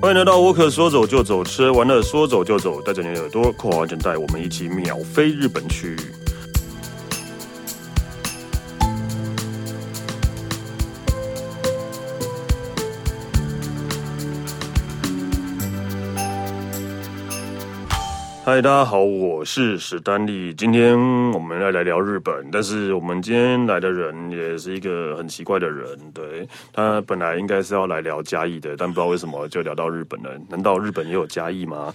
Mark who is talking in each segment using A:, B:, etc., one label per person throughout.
A: 欢迎来到沃克，说走就走，吃完了说走就走，带着你的耳朵扣好安全带，我们一起秒飞日本去。嗨，大家好，我是史丹利。今天我们要来聊日本，但是我们今天来的人也是一个很奇怪的人。对他本来应该是要来聊嘉义的，但不知道为什么就聊到日本了。难道日本也有嘉义吗？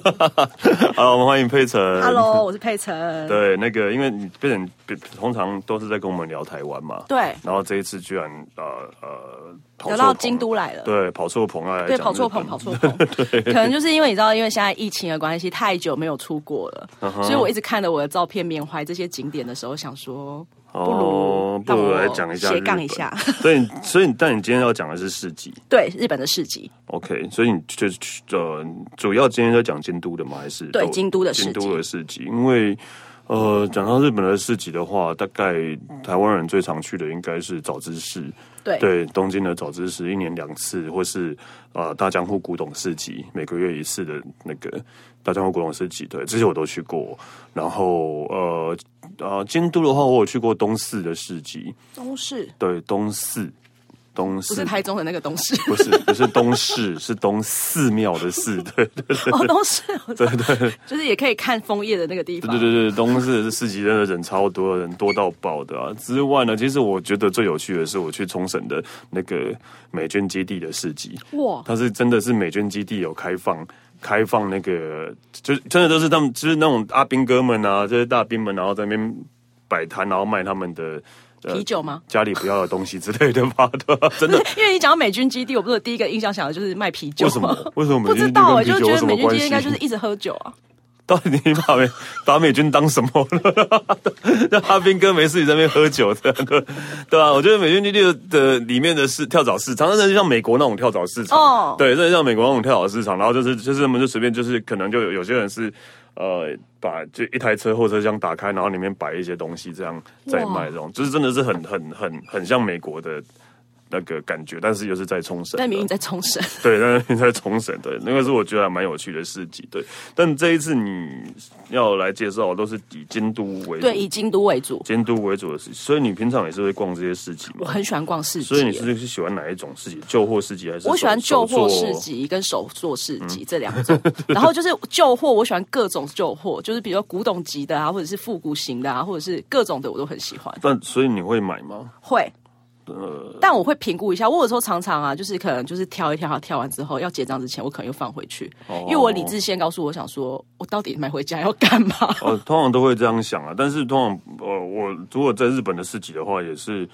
A: 好，我们欢迎佩晨。
B: Hello，我是佩晨。
A: 呃对，那个因为你变成通常都是在跟我们聊台湾嘛，
B: 对
A: 然后这一次居然呃呃跑错
B: 聊到
A: 棚
B: 京都来了
A: 对，跑错棚啊，
B: 对，跑错棚，跑错 棚，可能就是因为你知道，因为现在疫情的关系，太久没有出国了
A: 嗯
B: 所以我一直看着我的照片，缅怀这些景点的时候，想说，不
A: 哦
B: 如
A: 不如
B: 让我
A: 来讲一下
B: 斜
A: 日
B: 杠
A: 本
B: 一下，
A: 所以所以但你今天要讲的是市集
B: 对日本的市集，
A: ，OK？所以你就呃主要今天在讲京都的吗？还是
B: 对
A: 都
B: 京都的市
A: 京
B: 集
A: 都的市集？因为呃讲到日本的市集的话，大概台湾人最常去的应该是早知市。
B: 对
A: 对，东京的早知识一年两次，或是呃大江户古董市集每个月一次的那个大江户古董市集，对，这些我都去过。然后呃呃，京都的话，我有去过东四的市集，
B: 东市
A: 对，东四东
B: 不
A: 四
B: 是台中的那个东 市，
A: 不是不是东市，是东寺庙的寺，对对
B: 哦，东市，对对， 就是也可以看枫叶的那个地方，
A: 对对对，东市的市集真的人超多，人多到爆的啊！之外呢，其实我觉得最有趣的是我去冲绳的那个美军基地的市集，
B: 哇
A: 它是真的是美军基地有开放。开放那个，就是真的都是他们，就是那种阿兵哥们啊，这些大兵们，然后在那边摆摊，然后卖他们的、呃
B: 啤酒吗？
A: 家里不要的东西之类的吧， 对吧？真的，
B: 因为你讲到美军基地，我不是第一个印象想的就是卖啤酒，
A: 为什么？为什么美军
B: 不知
A: 基地
B: 道，我
A: 跟
B: 就
A: 啤酒
B: 觉
A: 有
B: 得
A: 什么
B: 美军
A: 关
B: 基地
A: 系
B: 应？该就是一直喝酒啊。
A: 到底你把美 把美军当什么 了？让阿兵哥没事你在那边喝酒这样的，对啊吧、我觉得美军基地的的里面的市跳蚤市场，真的像美国那种跳蚤市场，
B: 哦
A: 对，真的像美国那种跳蚤市场。然后就是就是他们就随便就是可能就有有些人是呃把就一台车后车厢打开，然后里面摆一些东西这样在卖，这种就是真的是很很很很像美国的。那个感觉，但是又是在冲绳的。
B: 但明明在冲绳，
A: 对，但是你在重审，对，那个是我觉得还蛮有趣的事集，对。但这一次你要来介绍，都是以监督为主，
B: 对，以京都为主。
A: 监督为主的事，所以你平常也是会逛这些市集
B: 我
A: 嘛？
B: 很喜欢逛市集，
A: 所以你是是喜欢哪一种市集？旧货市集还是手？
B: 我喜欢旧
A: 手
B: 货市
A: 作嗯
B: 集跟手作市集这两 种，然后就是旧货，我喜欢各种旧货，就是比如说古董级的啊，或者是复古型的啊，或者是各种的我都很喜欢。
A: 但所以你会买吗？
B: 会，
A: 呃
B: 但我会评估一下。我有时候常常啊，就是可能就是挑一挑，挑完之后要结账之前，我可能又放回去，
A: 哦
B: 因为我理智先告诉我想说，我到底买回家要干嘛？
A: 哦，通常都会这样想啊。但是通常，呃，我如果在日本的市集的话，也是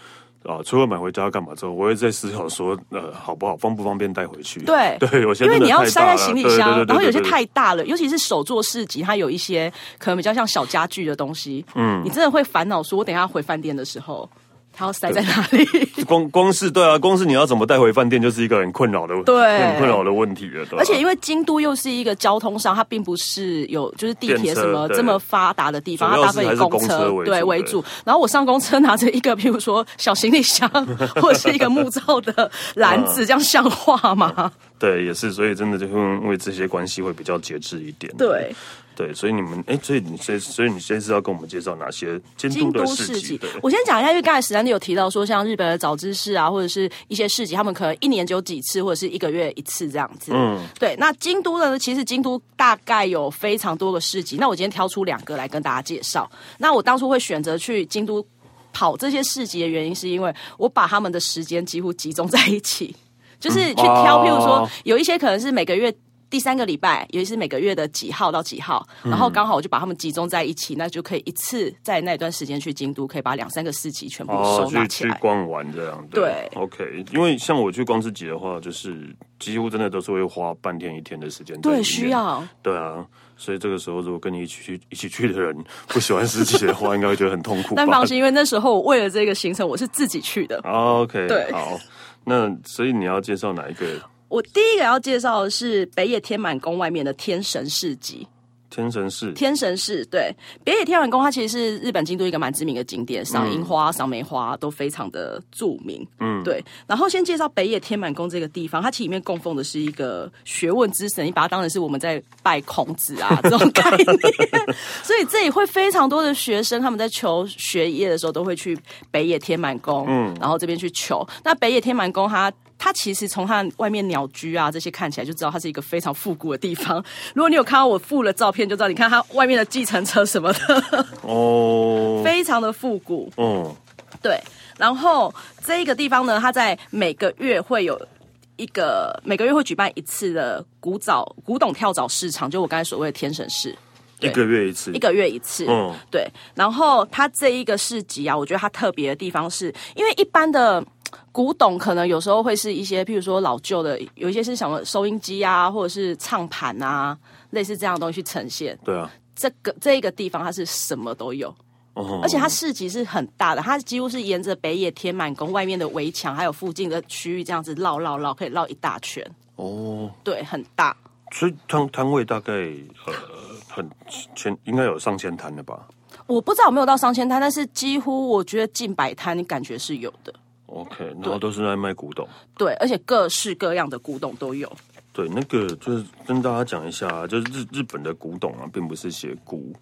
A: 啊、除了买回家干嘛之后，我会在思考说，呃，好不好，方不方便带回去？
B: 对
A: 对，有些
B: 因
A: 真的
B: 为你要
A: 太
B: 塞
A: 大
B: 在
A: 了
B: 行李
A: 对对对
B: 箱
A: 对，
B: 然后有些
A: 对对
B: 太大了，尤其是手作市集，它有一些可能比较像小家具的东西，嗯，你真的会烦恼说，我等一下回饭店的时候，它要塞在哪里？
A: 光光是对啊，光是你要怎么带回饭店，就是一个很困扰的，
B: 对
A: 很困扰的问题了。对吧
B: 而且因为京都又是一个交通上，它并不是有就是地铁
A: 电车
B: 什么
A: 对
B: 这么发达的地方，
A: 主
B: 它
A: 要
B: 大
A: 是
B: 部分以
A: 还是公车为主
B: 对为
A: 对
B: 主。然后我上公车拿着一个，比如说小行李箱或者是一个木造的篮
A: 嗯
B: 子，这样像话吗？
A: 对，也是，所以真的就会因为这些关系会比较节制一点。
B: 对，
A: 对，所以你们哎，所以你所以所以你先是要跟我们介绍哪些监督
B: 京
A: 的
B: 都
A: 事
B: 市
A: 情？
B: 集
A: 对，
B: 我先讲一下，因为刚才史丹利有提到说，像日本的早知市啊，或者是一些市集，他们可能一年只有几次，或者是一个月一次这样子。嗯，对。那京都呢，其实京都大概有非常多个市集，那我今天挑出两个来跟大家介绍。那我当初会选择去京都。跑这些市集的原因，是因为我把他们的时间几乎集中在一起，就是去挑，
A: 哦
B: 譬如说 有一些可能是每个月第三个礼拜，有一些是每个月的几号到几号，
A: 嗯
B: 然后刚好我就把它们集中在一起，那就可以一次在那段时间去京都，可以把两三个市集全部
A: 哦，
B: 收纳
A: 去
B: 起
A: 去
B: 来。
A: 逛玩这样。
B: 对
A: ，OK，因为像我去逛市集的话，就是几乎真的都是会花半天一天的时间在里
B: 对，
A: 面。
B: 需要
A: 对啊，所以这个时候如果跟你一起去一起去的人不喜欢市集的 话，应该会觉得很痛苦吧。
B: 但放心，因为那时候我为了这个行程，我是自己去的。
A: 哦 OK，
B: 对
A: 好，那所以你要介绍哪一个
B: 我第一个要介绍的是北野天满宫外面的天神市集。
A: 天神寺，
B: 天神寺，对，别野天王宫，它其实是日本京都一个蛮知名的景点，赏樱花、赏梅花都非常的著名。嗯，对。然后先介绍北野天满宫这个地方，它其实里面供奉的是一个学问之神，你把它当成是我们在拜孔子 啊这种概念，所以这里会非常多的学生他们在求学业的时候都会去北野天满宫，嗯，然后这边去求。那北野天满宫它它其实从它外面鸟居啊这些看起来就知道它是一个非常复古的地方。如果你有看到我附了照片，就知道你看它外面的计程车什么的，
A: 哦，
B: 非常的复古。
A: 嗯，
B: 对，然后这一个地方呢，它在每个月会有。一个每个月会举办一次的古早古董跳蚤市场，就我刚才所谓的天神市，
A: 一个月一次
B: 一，个月一次。
A: 嗯
B: 对，然后它这一个市集啊，我觉得它特别的地方是，因为一般的。古董可能有时候会是一些，譬如说老旧的，有一些是什么收音机啊，或者是唱盘啊，类似这样的东西去呈现。
A: 对啊，
B: 这个这一个地方它是什么都有，
A: 哦
B: 而且它市集是很大的，它几乎是沿着北野天满宫外面的围墙，还有附近的区域这样子绕绕绕，可以绕一大圈。
A: 哦，
B: 对，很大。
A: 所以摊摊位大概呃很千应该有上千摊了吧
B: 我不知道有没有到上千摊，但是几乎我觉得近百摊，你感觉是有的。
A: ？OK，然后都是在卖古董。
B: 对，而且各式各样的古董都有。
A: 对，那个就是跟大家讲一下，啊就是日日本的古董啊，并不是写古，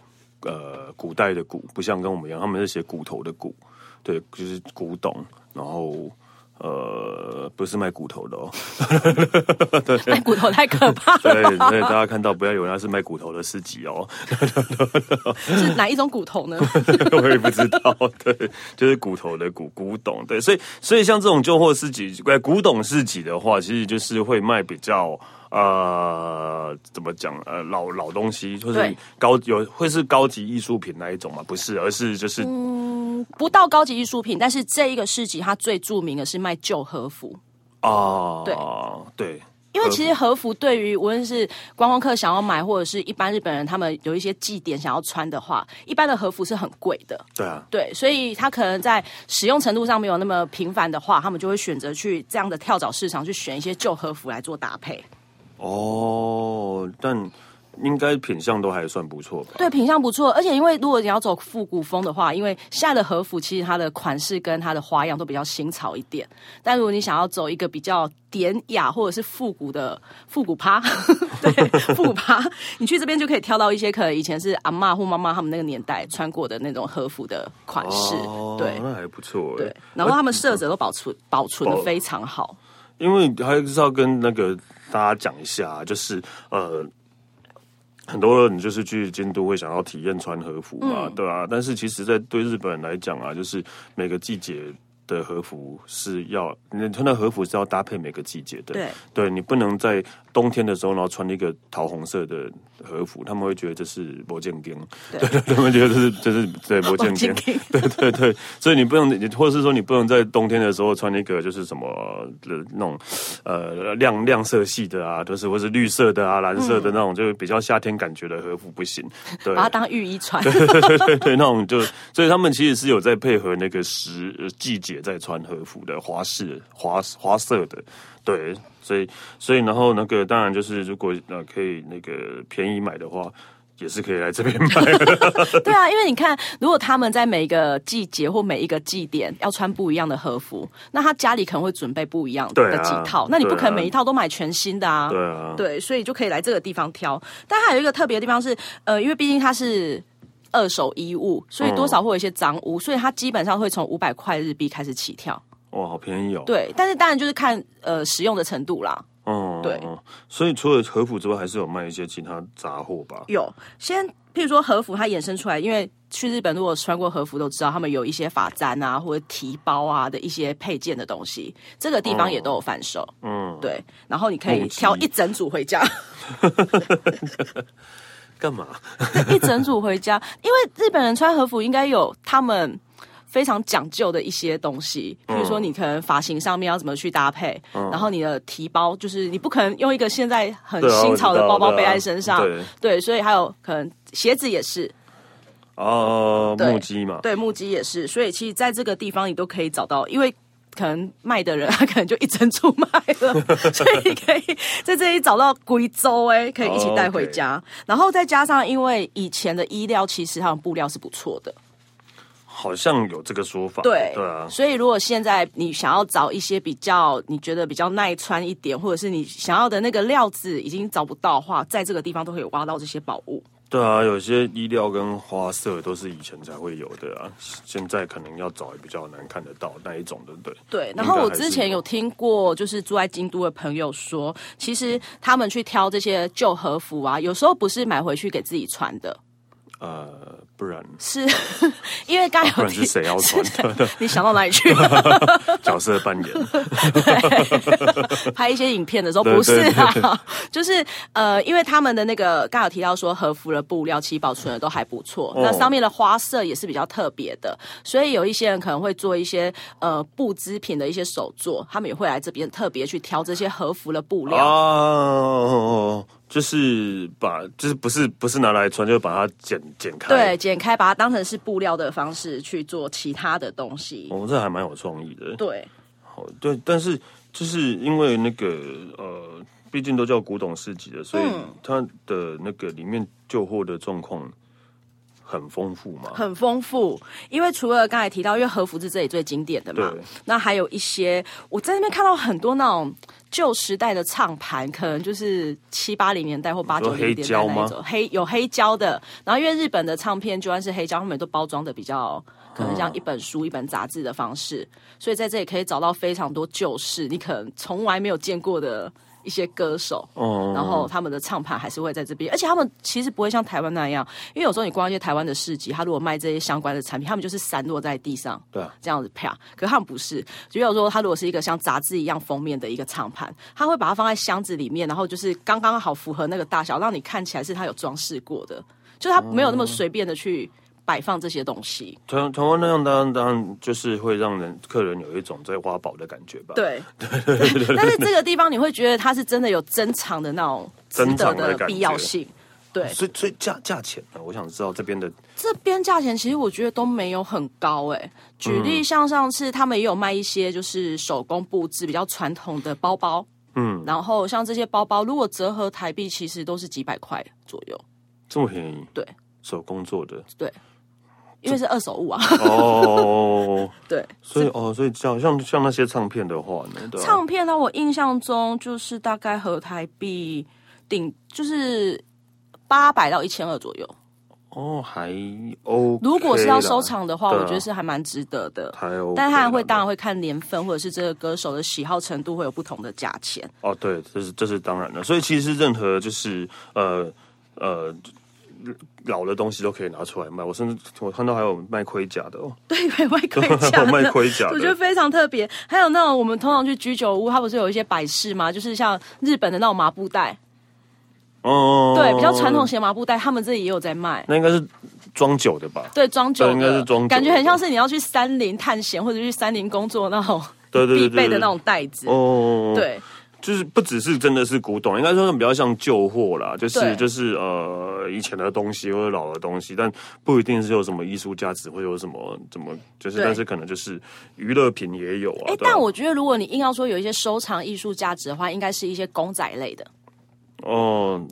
A: 呃，古代的古，不像跟我们一样，他们是写骨头的骨，对，就是古董，然后呃，不是卖骨头的哦，
B: 卖哎骨头太可怕了，
A: 对，所以大家看到不要以为它是卖骨头的市集哦，
B: 是哪一种骨头呢？
A: 我也不知道，对，就是骨头的骨古董，对，所以所以像这种旧货市集，呃，古董市集的话，其实就是会卖比较呃，怎么讲呃，老老东西，或是
B: 对
A: 高有会是高级艺术品那一种嘛？不是，而是就是、
B: 嗯不到高级艺术品，但是这一个市集它最著名的是卖旧和服。
A: 啊，对对，
B: 因为其实和服对于无论是观光客想要买，或者是一般日本人他们有一些祭典想要穿的话，一般的和服是很贵的，
A: 对啊，
B: 对，所以他可能在使用程度上没有那么频繁的话，他们就会选择去这样的跳蚤市场去选一些旧和服来做搭配。
A: 哦，但应该品相都还算不错吧？
B: 对，品相不错，而且因为如果你要走复古风的话，因为现在的和服其实它的款式跟它的花样都比较新潮一点，但如果你想要走一个比较典雅或者是复古的复古趴， 对，复古趴，你去这边就可以挑到一些可能以前是阿嬷或妈妈他们那个年代穿过的那种和服的款式，
A: 哦，
B: 对
A: 那还不错，欸
B: 对，然后他们色泽都保存保存的非常好。
A: 因为还是要跟那个大家讲一下，就是呃，很多人就是去京都会想要体验穿和服嘛，对吧、但是其实，在对日本人来讲啊，就是每个季节。的和服是要你穿的和服是要搭配每个季节的，
B: 对，
A: 你不能在冬天的时候，然后穿一个桃红色的和服，他们会觉得这是魔剑经，对， 他们觉得这是这是 对魔剑经， 对对对，所以你不能，你或者是说你不能在冬天的时候穿一个就是什么呃那种呃亮亮色系的啊，就是或是绿色的啊、蓝色的那种，就是比较夏天感觉的和服不行。对
B: 嗯把它当浴衣 穿，
A: 对对对对，那种就，所以他们其实是有在配合那个时呃季节在穿和服的花式花花色的，对，所以所以然后那个当然就是如果呃可以那个便宜买的话，也是可以来这边买。
B: 对啊，因为你看，如果他们在每一个季节或每一个祭典要穿不一样的和服，那他家里可能会准备不一样
A: 对
B: 的
A: 啊
B: 几套，那你不可能
A: 对啊
B: 每一套都买全新的啊。
A: 对啊，
B: 对，所以就可以来这个地方挑。但还有一个特别的地方是，呃，因为毕竟它是二手衣物，所以多少会有一些脏
A: 嗯
B: 污，所以它基本上会从五百块日币开始起跳。
A: 哇，好便宜哦。
B: 对，但是当然就是看呃使用的程度啦。
A: 嗯，
B: 对
A: 所以除了和服之外，还是有卖一些其他杂货吧。
B: 有先，譬如说和服，它衍生出来，因为去日本如果穿过和服都知道，他们有一些发簪啊或者提包啊的一些配件的东西，这个地方也都有贩售。
A: 嗯，
B: 对，然后你可以
A: 木屐
B: 挑一整组 回家，
A: 干嘛？
B: 一整组回家，因为日本人穿和服应该有他们。非常讲究的一些东西，比如
A: 嗯
B: 说你可能发型上面要怎么去搭配，然后你的提包就是你不可能用一个现在很
A: 对啊
B: 新潮的包
A: 我
B: 包
A: 知道
B: 背在身上，
A: 对
B: 对，所以还有可能鞋子也是，
A: 哦，
B: 对
A: 木屐嘛。
B: 对，木屐也是，所以其实在这个地方你都可以找到，因为可能卖的人，他可能就一整出卖了，所以可以在这里找到贵州哎，可以一起带回家。然后再加上，因为以前的衣料其实它的布料是不错的，
A: 好像有这个说法，
B: 对
A: 对啊，
B: 所以如果现在你想要找一些比较你觉得比较耐穿一点，或者是你想要的那个料子已经找不到的话，在这个地方都可以挖到这些宝物。
A: 对啊，有些衣料跟花色都是以前才会有的啊，现在可能要找也比较难看得到那一种，对不对？
B: 对，
A: 应
B: 然
A: 该
B: 后我
A: 还
B: 之
A: 是
B: 前有听过，就是住在京都的朋友说，其实他们去挑这些旧和服啊，有时候不是买回去给自己穿的，
A: 呃，不 然
B: 是因为刚
A: 啊不
B: 有
A: 然
B: 提
A: 是谁要 穿
B: 你想到哪 里去？
A: 角色扮 演？
B: 拍一些影片的时候
A: 对
B: 不是
A: 对对
B: 啊， 就是呃，因为他们的那个刚有提到说和服的布料其实保存的都还不错，
A: 哦
B: 那上面的花色也是比较特别的，所以有一些人可能会做一些呃布织品的一些手作，他们也会来这边特别去挑这些和服的布料。
A: 哦，就是把，就是不是不是拿来穿，就把它剪剪开。
B: 对，，剪开把它当成是布料的方式去做其他的东西。
A: 哦，这还蛮有创意的。
B: 对，
A: 好，哦对，但是就是因为那个呃，毕竟都叫古董市集的，所以
B: 嗯
A: 它的那个里面旧货的状况很丰富嘛。
B: 很丰富。因为除了刚才提到，因为和服是这里最经典的嘛
A: 对，
B: 那还有一些我在那边看到很多那种旧时代的唱盘，可能就是七八零年代或八九零年代那一
A: 你说
B: 种黑有黑胶的。然后因为日本的唱片就算是黑胶，他们都包装的比较。可能像一本书、一本杂志的方式，所以在这里可以找到非常多旧事，你可能从来没有见过的一些歌手。
A: 哦，
B: 然后他们的唱盘还是会在这边，而且他们其实不会像台湾那样，因为有时候你逛一些台湾的市集，他如果卖这些相关的产品，他们就是散落在地上，
A: 对啊，
B: 这样子啪。可是他们不是，就比如说他如果是一个像杂志一样封面的一个唱盘，他会把它放在箱子里面，然后就是刚刚好符合那个大小，让你看起来是他有装饰过的，就是他没有那
A: 哦
B: 么随便的去摆放这些东西。
A: 台台湾那样当然当然就是会让人客人有一种在挖宝的感觉吧。，
B: 对， 但是这个地方你会觉得它是真的有珍藏的那种值
A: 珍
B: 得
A: 藏的
B: 的
A: 感
B: 必
A: 觉
B: 要性。对，
A: 所以所以价价钱呢，我想知道这边的
B: 这边价钱其实我觉得都没有很高哎、举例像上次他们也有卖一些就是手工布置比较传统的包包，嗯，然后像这些包包如果折合台币其实都是几百块左右，
A: 这么便宜，
B: 对，
A: 手工做的
B: 对，因为是二手物啊，
A: 哦，
B: 对。
A: 所以哦，所以像像像那些唱片的话呢，对吧、啊
B: 唱片呢，我印象中就是大概合台币顶就是八百到一千二左右，
A: 哦，还 OK 啦。
B: 如果是要收藏的话，
A: 对啊
B: 我觉得是还蛮值得的。
A: 还 OK 啦，
B: 但他会当然会看年份或者是这个歌手的喜好程度会有不同的价钱。
A: 哦，对，这是这是当然的。所以其实任何就是呃呃老的东西都可以拿出来卖。我甚至我看到还有卖盔甲的哦，
B: 对，对，卖盔甲的，
A: 卖盔甲的
B: 我觉得非常特别。还有那种我们通常去居酒屋，它不是有一些摆饰吗？就是像日本的那种麻布袋，
A: 哦，
B: 对，比较传统，型的麻布袋，他们这里也有在卖。
A: 那应该是装酒的吧？
B: 对，装酒的
A: 对应该是装酒的
B: 感觉很像是你要去山林探险或者去山林工作那种
A: 对对对对
B: 必
A: 对
B: 备的那种袋子。
A: 哦，，
B: 对，
A: 就是不只是真的是古董，应该说比较像旧货啦，就是
B: 对
A: 就是呃以前的东西或者老的东西，但不一定是有什么艺术价值，或有什么怎么就是，
B: 对
A: 但是可能就是娱乐品也有啊。对
B: 哎，
A: 啊
B: 但我觉得如果你硬要说有一些收藏艺术价值的话，应该是一些公仔类的。
A: 哦，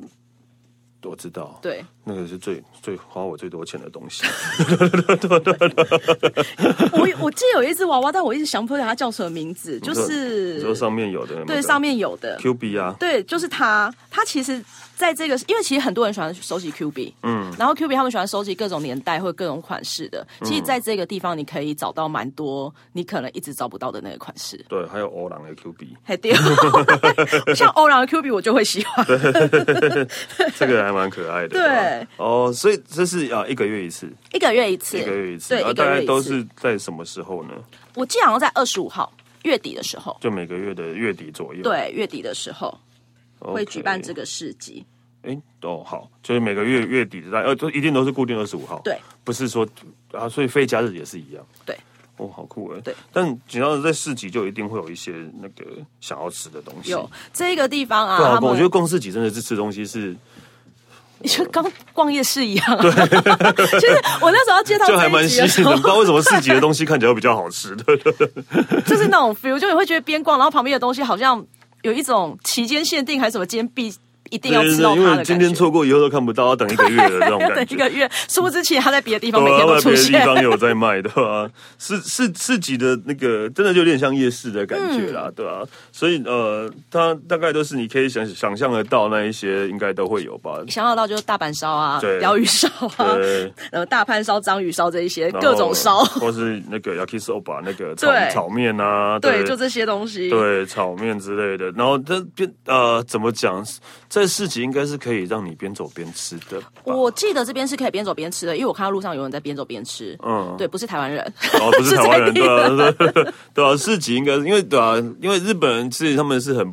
A: 我知道，
B: 对，
A: 那个是最最花我最多钱的东西。
B: 我我记得有一只娃娃，但我一直想不起来它叫什么名字，就
A: 你
B: 是
A: 说上面有的那个，
B: 对上面有的
A: Q B 啊，
B: 对，就是它。它其实在这个，因为其实很多人喜欢收集 Q B，嗯，然后 Q B 他们喜欢收集各种年代或各种款式的。其
A: 嗯
B: 实在这个地方，你可以找到蛮多你可能一直找不到的那个款式。
A: 对，还有欧朗的 Q B，
B: 还丢，像欧朗的 Q B 我就会喜欢。
A: 这个还蛮可爱的。
B: 对
A: 吧哦，所以这是啊，一个月一次，
B: 一个月一次，
A: 一个月一次，
B: 对，
A: 啊
B: 一
A: 大
B: 个月
A: 概
B: 一
A: 都
B: 次。
A: 是在什么时候呢？
B: 我记得好像在二十五号月底的时候，
A: 就每个月的月底左右，
B: 对，月底的时候会举办这
A: 个。
B: 个市集。
A: 哎，哦，好，就是每个月月底的，呃，都一定都是固定二十五号，
B: 对，
A: 不是说啊，所以非假日也是一样，
B: 对。
A: 哦，好酷哎！
B: 对，
A: 但只要是在市集，就一定会有一些那个想要吃的东西。
B: 有这个地方啊，
A: 对啊，
B: 他们
A: 我觉得逛市集真的是吃东西是
B: 你就刚逛夜市一样、啊。对， 其实我那时候接到
A: 就还
B: 这
A: 蛮
B: 一集
A: 新鲜
B: 的时
A: 的，
B: 候
A: 不知，道为什么市集的东西看起来会比较好吃的。对对对
B: 就是那种 feel，就你会觉得边逛，然后旁边的东西好像有一种期间限定还是什么，今天必一 定要吃到
A: 因
B: 它
A: 为
B: 的
A: 今
B: 感
A: 天
B: 觉。
A: 错过，以后都看不到，要等一个月的这种
B: 要
A: 感
B: 等
A: 觉。啊
B: 一个月，殊不知其实他在别的地方每
A: 对啊，
B: 天
A: 外
B: 都
A: 面别
B: 出
A: 的地
B: 现。
A: 方有在卖的啊，市市市集的那个真的就有点像夜市的感觉啦，对啊，所以呃，它大概都是你可以想想象得到那一些，应该都会有吧。
B: 想想到就是大阪烧啊
A: 对、
B: 鲷鱼烧啊，
A: 对，
B: 然后大潘烧、章鱼烧这一些
A: 然后
B: 各种烧，
A: 或是那个 yakisoba 那个炒
B: 对
A: 炒面啊，
B: 对，就这些东西。
A: 对炒面之类的。然后这边呃，怎么讲，在市集应该是可以让你边走边吃的吧。
B: 我记得这边是可以边走边吃的，因为我看到路上有人在边走边吃。
A: 嗯
B: 对，不是台湾人，
A: 哦， 不是台湾人，
B: 在地
A: 对啊，
B: 的
A: 对啊对啊对啊，市集应该是因为对啊，因为日本人其实他们是很，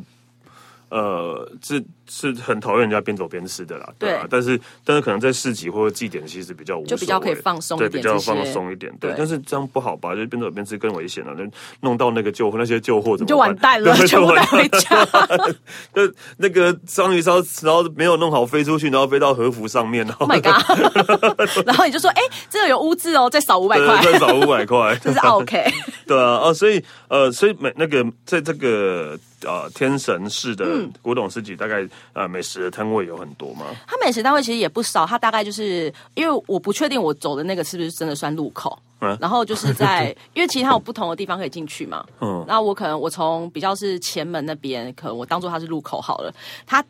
A: 呃，是是很讨厌人家边走边吃的啦，对啊
B: 对，
A: 但是但是可能在市集或者祭典其实比较无
B: 就比较
A: 所谓
B: 可以放松
A: 对，
B: 一点
A: 比较
B: 这些
A: 放松一点，对
B: 对，
A: 但是这样不好吧？就边走边吃更危险了，那弄到那个旧货那些旧货怎么
B: 就完蛋了，
A: 对
B: 全部
A: 就
B: 带
A: 完蛋
B: 回家。
A: 就 那个章鱼烧，然后没有弄好飞出去，然后飞到和服上面，然后
B: Oh my god！然后你 就说，哎、这个有污渍哦，再少五百
A: 对
B: 块，
A: 再少五百块，
B: 这是 OK。
A: 对啊，哦，所以呃，所以每那个在这个呃天神市
B: 嗯
A: 的古董市集，大概呃美食的摊位有很多吗？
B: 它美食单位其实也不少，它大概就是因为我不确定我走的那个是不是真的算路口。
A: 嗯
B: 然后就 是在，因为其实它有不同的地方可以进去嘛。
A: 嗯
B: 嗯，那我可能我从比较是前门那边，可能我当做它是路口好了。它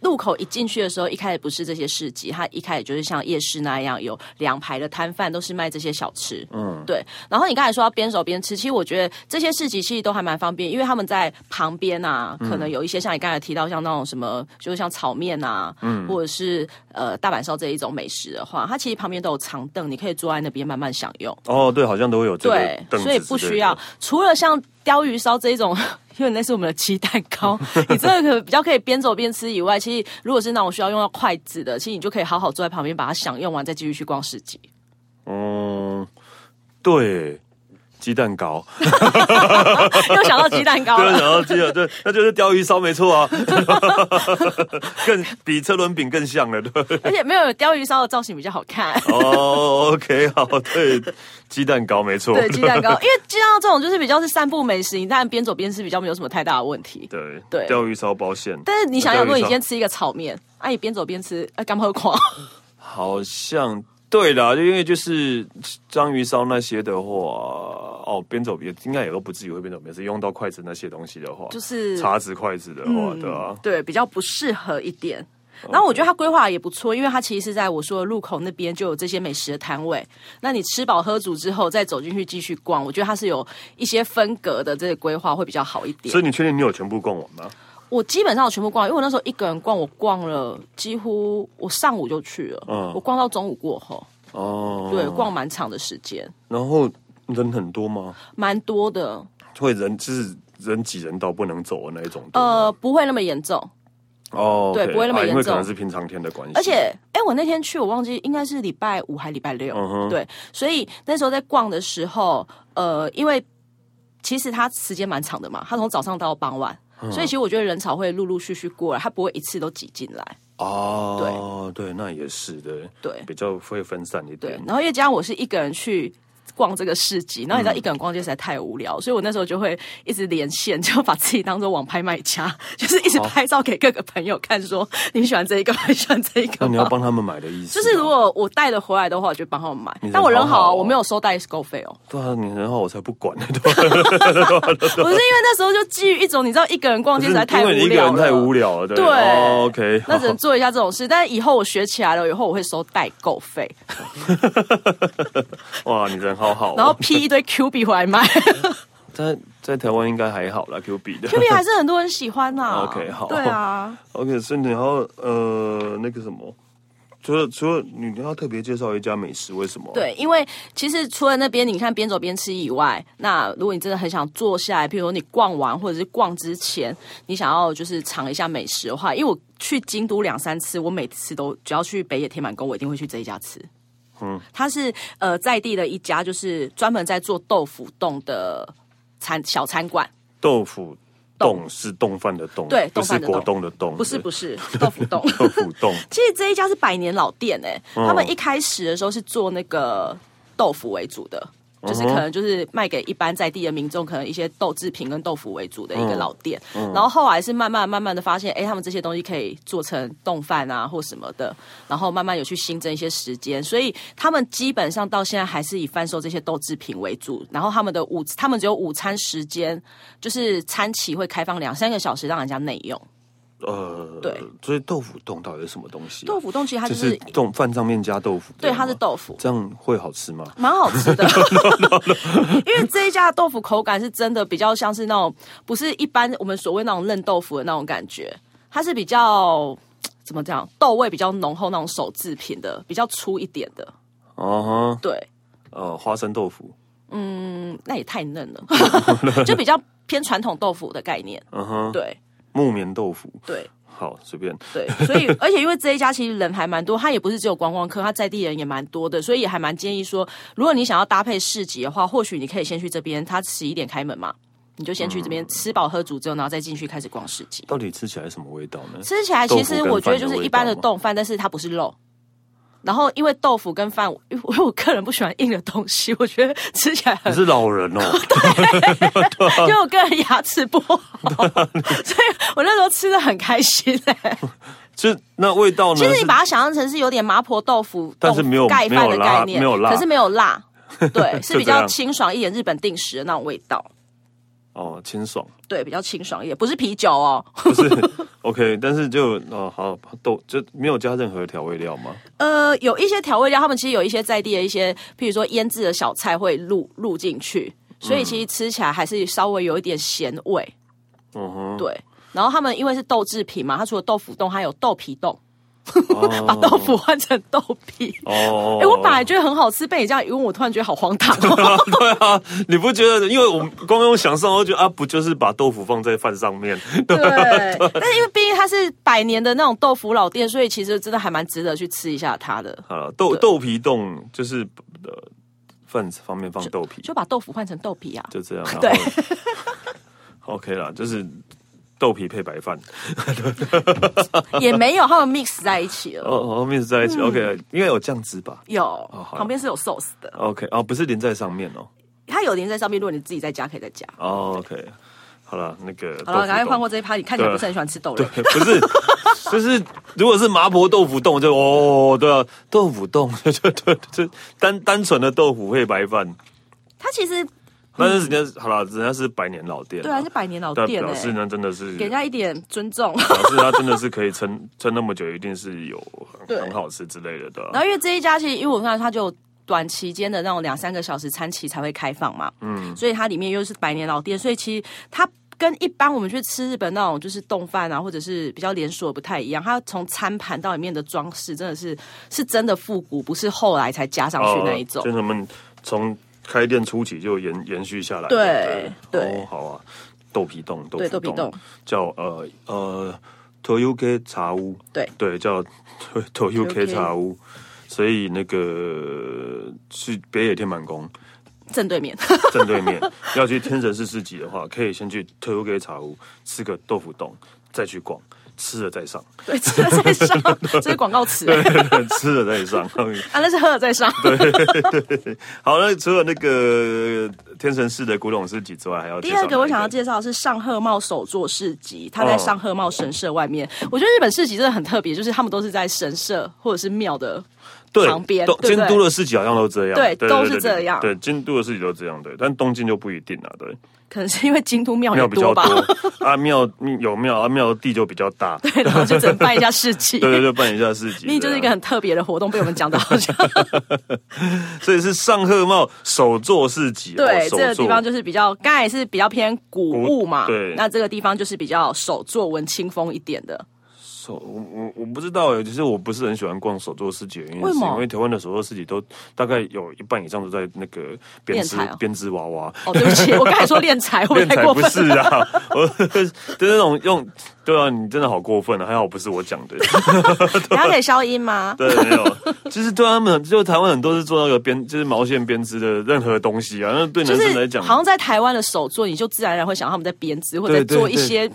B: 路口一进去的时候，一开始不是这些市集，它一开始就是像夜市那样有两排的摊贩，都是卖这些小吃。嗯，对。然后你刚才说要边走边吃，其实我觉得这些市集其实都还蛮方便，因为他们在旁边啊，
A: 嗯
B: 可能有一些像你刚才提到像那种什么，就是像炒面啊，嗯，或者是呃大阪烧这一种美食的话，它其实旁边都有长凳，你可以坐在那边慢慢享用。
A: 哦，对，好像都会有这个
B: 对，
A: 凳子之
B: 所
A: 类
B: 以
A: 的
B: 不需要。除了像鲷鱼烧这一种， 因为那是我们的鸡蛋 糕，你这个可比较可以边走边吃以外，其实如果是那种需要用到筷子的，其实你就可以好好坐在旁边把它享用完，再继续去逛市 集。
A: 嗯，对。鸡蛋糕，
B: 又想到鸡蛋糕
A: 对，啊然
B: 了。
A: 后鸡蛋，对，那就是鲷鱼烧，没错啊， 更比车轮饼更像了，对。
B: 而且没有鲷鱼烧的造型比较好看。
A: 哦，OK，好，对，鸡蛋糕，没错，
B: 对鸡蛋糕，因为鸡蛋糕这种就是比较是散步美食，你当然边走边吃比较没有什么太大的问题。
A: 对，
B: 对
A: 鲷鱼烧包馅，啊
B: 但是你想想，如果你
A: 对
B: 今天吃一个炒面，啊，你边走边吃，啊，干嘛 喝狂？
A: 好像对啦，就因为就是章鱼烧那些的话，哦，边走边应该也都不至于会边走边吃，用到筷子那些东西的话，
B: 就是嗯
A: 叉子、筷子的话，对啊，
B: 对，比较不适合一点。然后我
A: 哦
B: 觉得它规划也不错，因为它其实是在我说的路口那边就有这些美食的摊位。那你吃饱喝足之后再走进去继续逛，我觉得它是有一些分隔的这个规划会比较好一点
A: 所。以你确定你有全部逛完吗？
B: 我基本上有全部逛完，因为我那时候一个人逛，我逛了几乎我上午就去了，
A: 嗯
B: 我逛到中午过后，
A: 哦，
B: 对，逛蛮长的时间，
A: 然后人很多吗？
B: 蛮多的，
A: 会人就是人挤人到不能走的那一种多吗？
B: 呃，不会那么严重。
A: 哦，
B: 呃对
A: OK，
B: 不会那么
A: 啊因为
B: 严重
A: 可能是平常天的关系，
B: 而且，哎、我那天去，我忘记应该是礼拜五还礼拜六
A: 嗯哼
B: 对，所以那时候在逛的时候，呃，因为其实它时间蛮长的嘛，它从早上到傍晚，
A: 嗯
B: 所以其实我觉得人潮会陆陆续续过来，它不会一次都挤进来，
A: 哦，对对，那也是的，
B: 对
A: 比较会分散一
B: 对
A: 点。。
B: 然后又加上我是一个人去。逛这个市集，然后你知道一个人逛街实在太无聊，所以我那时候就会一直连线，就把自己当做网拍卖家， 就是一直拍照给各个朋友看说你喜欢这一个吗， 你喜欢这一个
A: 那
B: 吗。
A: 你要帮他们买的意思
B: 就
A: 吗，
B: 是如果我带了回来的话，我就帮他们买
A: 你。人
B: 但我人好
A: 好
B: 啊，
A: 好哦
B: 我没有收代购费哦。
A: 对啊，你很好，我才不管呢，对吧
B: 我是因为那时候就基于一种你知道一个人逛街实 在太
A: 因
B: 无
A: 为你一个
B: 聊
A: 人
B: 了，
A: 太无聊了，对
B: 对、
A: 哦，OK，
B: 那只能
A: 好
B: 做一下这种事。但是以后我学起来了，以后我会收代购费，
A: 哇，你人好好哦、
B: 然后批一堆 Q 币回来 卖。
A: 在在台湾应该还好啦 Q 比的
B: Q 币还是很多人喜欢呐、
A: OK，好
B: 对啊，
A: OK，所以你要呃那个什么，除了除了你要特别介绍一家美食，为什么？，
B: 对，因为其实除了那边你看边走边吃以外，那如果你真的很想坐下来，譬如说你逛完或者是逛之前，你想要就是尝一下美食的话，因为我去京都两三次，我每次都只要去北野天满宫，我一定会去这一家吃。嗯，它是呃在地的一家，就是专门在做豆腐冻的餐小餐馆。
A: 豆腐
B: 冻
A: 冻是冻饭的冻，
B: 对
A: 不
B: 冻
A: 是
B: 饭的
A: 果
B: 冻
A: 冻的冻，
B: 不是
A: 对
B: 不是豆腐冻。
A: 豆腐冻，
B: 其实这一家是百年老店哎、他们一开始的时候是做那个豆腐为主的。就是可能就是卖给一般在地的民众，可能一些豆制品跟豆腐为主的一个老店，然后后来是慢慢慢慢的发现，哎、他们这些东西可以做成冻饭啊或什么的，然后慢慢有去新增一些时间，所以他们基本上到现在还是以贩售这些豆制品为主，然后他们的午他们只有午餐时间，就是餐期会开放两三个小时让人家内用。
A: 呃，
B: 对，
A: 所以豆腐冻到底是什么东西啊、
B: 豆腐冻其实它
A: 就
B: 就是是
A: 冻饭上面加豆腐，
B: 对
A: 这样吗
B: 它是豆腐，
A: 这样会好吃吗？
B: 蛮好吃的， 因为这一家的豆腐口感是真的比较像是那种不是一般我们所谓那种嫩豆腐的那种感觉，它是比较怎么讲，豆味比较浓厚那种手制品的，比较粗一点的。
A: 哦、
B: 对，
A: 哈，呃，花生豆腐，
B: 嗯，那也太嫩了， 就比较偏传统豆腐的概念。
A: 嗯哼，
B: 对
A: 木棉豆腐，
B: 对
A: 好，随便，
B: 对，所以而且因为这一家其实人还蛮多，他也不是只有观光客，他在地人也蛮多的，所以也还蛮建议说，如果你想要搭配市集的话，或许你可以先去这边，他十一点开门嘛，你就先去
A: 嗯
B: 这边吃饱喝足之后，然后再进去开始逛市集。
A: 到底吃起来什么味道呢？
B: 吃起来其实
A: 豆腐跟
B: 我觉得
A: 饭的
B: 就是
A: 味
B: 一般的
A: 道吗
B: 冻饭，但是它不是肉。然后因为豆腐跟饭，因为我个人不喜欢硬的东西，我觉得吃 起来很
A: 你是老 人哦，
B: 因为我个人牙齿不 好，所以我那时候吃的很开心、欸。
A: 这那味道呢？
B: 其实你
A: 是
B: 把它想象成是有点麻婆豆腐，
A: 但是没有
B: 盖饭的概念，
A: 没有辣没有辣
B: 可是没有 辣，对，
A: 就是
B: 比
A: 这
B: 较
A: 样
B: 清爽一点日本定食的那种味道，
A: 哦，清爽，
B: 对，比较清爽一点，不是啤酒哦。
A: 不是 OK，但是就哦好豆就没有加任何调味料吗？
B: 呃，有一些调味料，他们其实有一些在地的一些，譬如说腌制的小菜会入入进去，所以其实吃起来还是稍微有一点咸味，
A: 嗯哼，
B: 对。然后他们因为是豆制品嘛，它除了豆腐冻，还有豆皮冻，把
A: 哦
B: 豆腐换成豆皮。
A: 哦，
B: 哎、我本来觉得很好吃，被你这样一问，我突然觉得好荒唐哦。
A: 对啊， 你不觉得？因为我们光用想象，我就觉得啊，不就是把豆腐放在饭上面？
B: 对，但是因为毕竟它是百年的那种豆腐老店，所以其实真的还蛮值得去吃一下它的。
A: 好了，豆
B: 对
A: 豆皮冻就是呃饭方面放豆 皮，
B: 就把豆腐换成豆皮啊，
A: 就这样。
B: 对
A: 然后 ，OK 啦，就是豆皮配白饭，
B: 也没有，他们 mix 在一起了。
A: 哦哦，后面是在一起。OK，因
B: 嗯
A: 为有酱汁吧
B: 有、
A: 好
B: 旁边是有 sauce 的，
A: ？OK，哦，不是淋在上面哦。
B: 它有淋在上面。如果你自己在家可以再加。
A: 哦，OK，好了，那个
B: 好
A: 豆
B: 了，
A: 腐
B: 赶快
A: 冻
B: 换过这一趴。你看起来
A: 对
B: 不是很喜欢吃豆类，
A: 不是，就是如果是麻婆豆腐冻，就哦，对啊，豆腐冻， 对对对，就单单纯的豆腐配白饭。
B: 它其实
A: 但是人家好了，人家是百年老店，
B: 对啊，是百年老
A: 但
B: 店
A: 表
B: 哎、
A: 示呢真的是
B: 给人家一点尊重。
A: 表示它真的是可以撑撑那么久，一定是有
B: 对
A: 很很好吃之类的，对吧、啊
B: 然后因为这一家其实，因为我看它就有短期间的那种两三个小时餐期才会开放嘛，嗯，所以它里面又是百年老店，所以其实它。跟一般我们去吃日本那种就是冻饭啊，或者是比较连锁不太一样，它从餐盘到里面的装饰真的是是真的复古，不是后来才加上去那一种。
A: 哦就是我们从开店初期就延延续下来的，
B: 对对
A: 哦，好啊，豆皮冻，豆
B: 对
A: 腐
B: 豆皮冻
A: 冻，叫呃呃 Toyuke 茶屋，
B: 对
A: 对，叫 Toyuke 茶屋，所以那个去北野天满 宫
B: 正对面，
A: 正对面，要去天神市市集的话，可以先去 Toyuke 茶屋吃个豆腐冻，再去逛，吃了再上，
B: 对，吃了再上，这是广告词、
A: 吃了再 上。
B: 啊，那是喝了再上。
A: 好，那除了那个天神市的古董市集之外，还要
B: 第
A: 介绍
B: 二个我
A: 哪一
B: 想要介绍的是上贺茂手作市集，它在
A: 哦
B: 上贺茂神社外面。我觉得日本市集真的很特别，就是他们都是在神社或者是庙的
A: 对
B: 旁边
A: 东
B: 对不
A: 京
B: 对
A: 都的市集好像都这样，
B: 对都是这样
A: 对，京都的市集都这样，对，但东京就不一定啊，对，
B: 可能是因为京都庙也
A: 庙比较
B: 吧，
A: 多， 啊庙嗯有庙，啊庙地就比较大，对
B: 对，然后就只能办一下市集。
A: 对对，办一下市集，
B: 你就是一个
A: 对啊
B: 很特别的活动，被我们讲到好 像
A: 哦所以是上贺茂首座市集，
B: 对
A: 哦
B: 这个地方
A: 手作
B: 就是比较，刚才是比较偏古物嘛，
A: 古对
B: 那这个地方就是比较手作文青风一点的，
A: 手，我我我不知道哎，其实我不是很喜欢逛手作市集的原因，
B: 为
A: 是
B: 什么
A: 因为台湾的手作市集都大概有一半以上都在那个编织
B: 练财哦
A: 编织娃娃，
B: 哦，对不起，我刚才说练财会不会
A: 练
B: 太
A: 才
B: 过
A: 不
B: 分？
A: 是啊，我就那种用，对啊，你真的好过分啊！还好不是我讲的，
B: 你还可以消音吗？
A: 对，没有，就是对啊他们，就台湾很多是做那个编，就是毛线编织的任何东西啊，那对
B: 就
A: 男生来
B: 是
A: 讲，
B: 好像在台湾的手作，你就自然而然会想到他们在编织或者
A: 对对
B: 做一些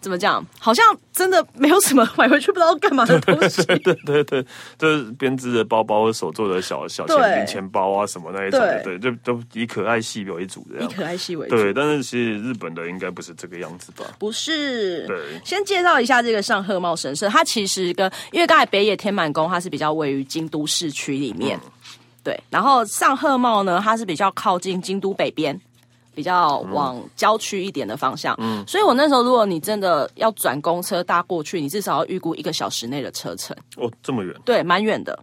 B: 怎么讲，好像真的没有什么买回去不知道干嘛的东 西。
A: 对对对，就是编织的包包、手做的小小钱
B: 对
A: 零钱包啊什么那一种的，对，
B: 对
A: 就都以可爱系为主这
B: 以
A: 样。
B: 可爱系为主。
A: 对，但是其实日本的应该不是这个样子吧？
B: 不是，
A: 对
B: 先介绍一下这个上贺茂神社，它其实跟因为刚才北野天满宫它是比较位于京都市区里面，
A: 嗯
B: 对，然后上贺茂呢，它是比较靠近京都北边。比较往
A: 嗯
B: 郊区一点的方向，所以我那时候如果你真的要转公车搭过去，你至少要预估一个小时内的车程，
A: 哦，这么远，
B: 对，蛮远的。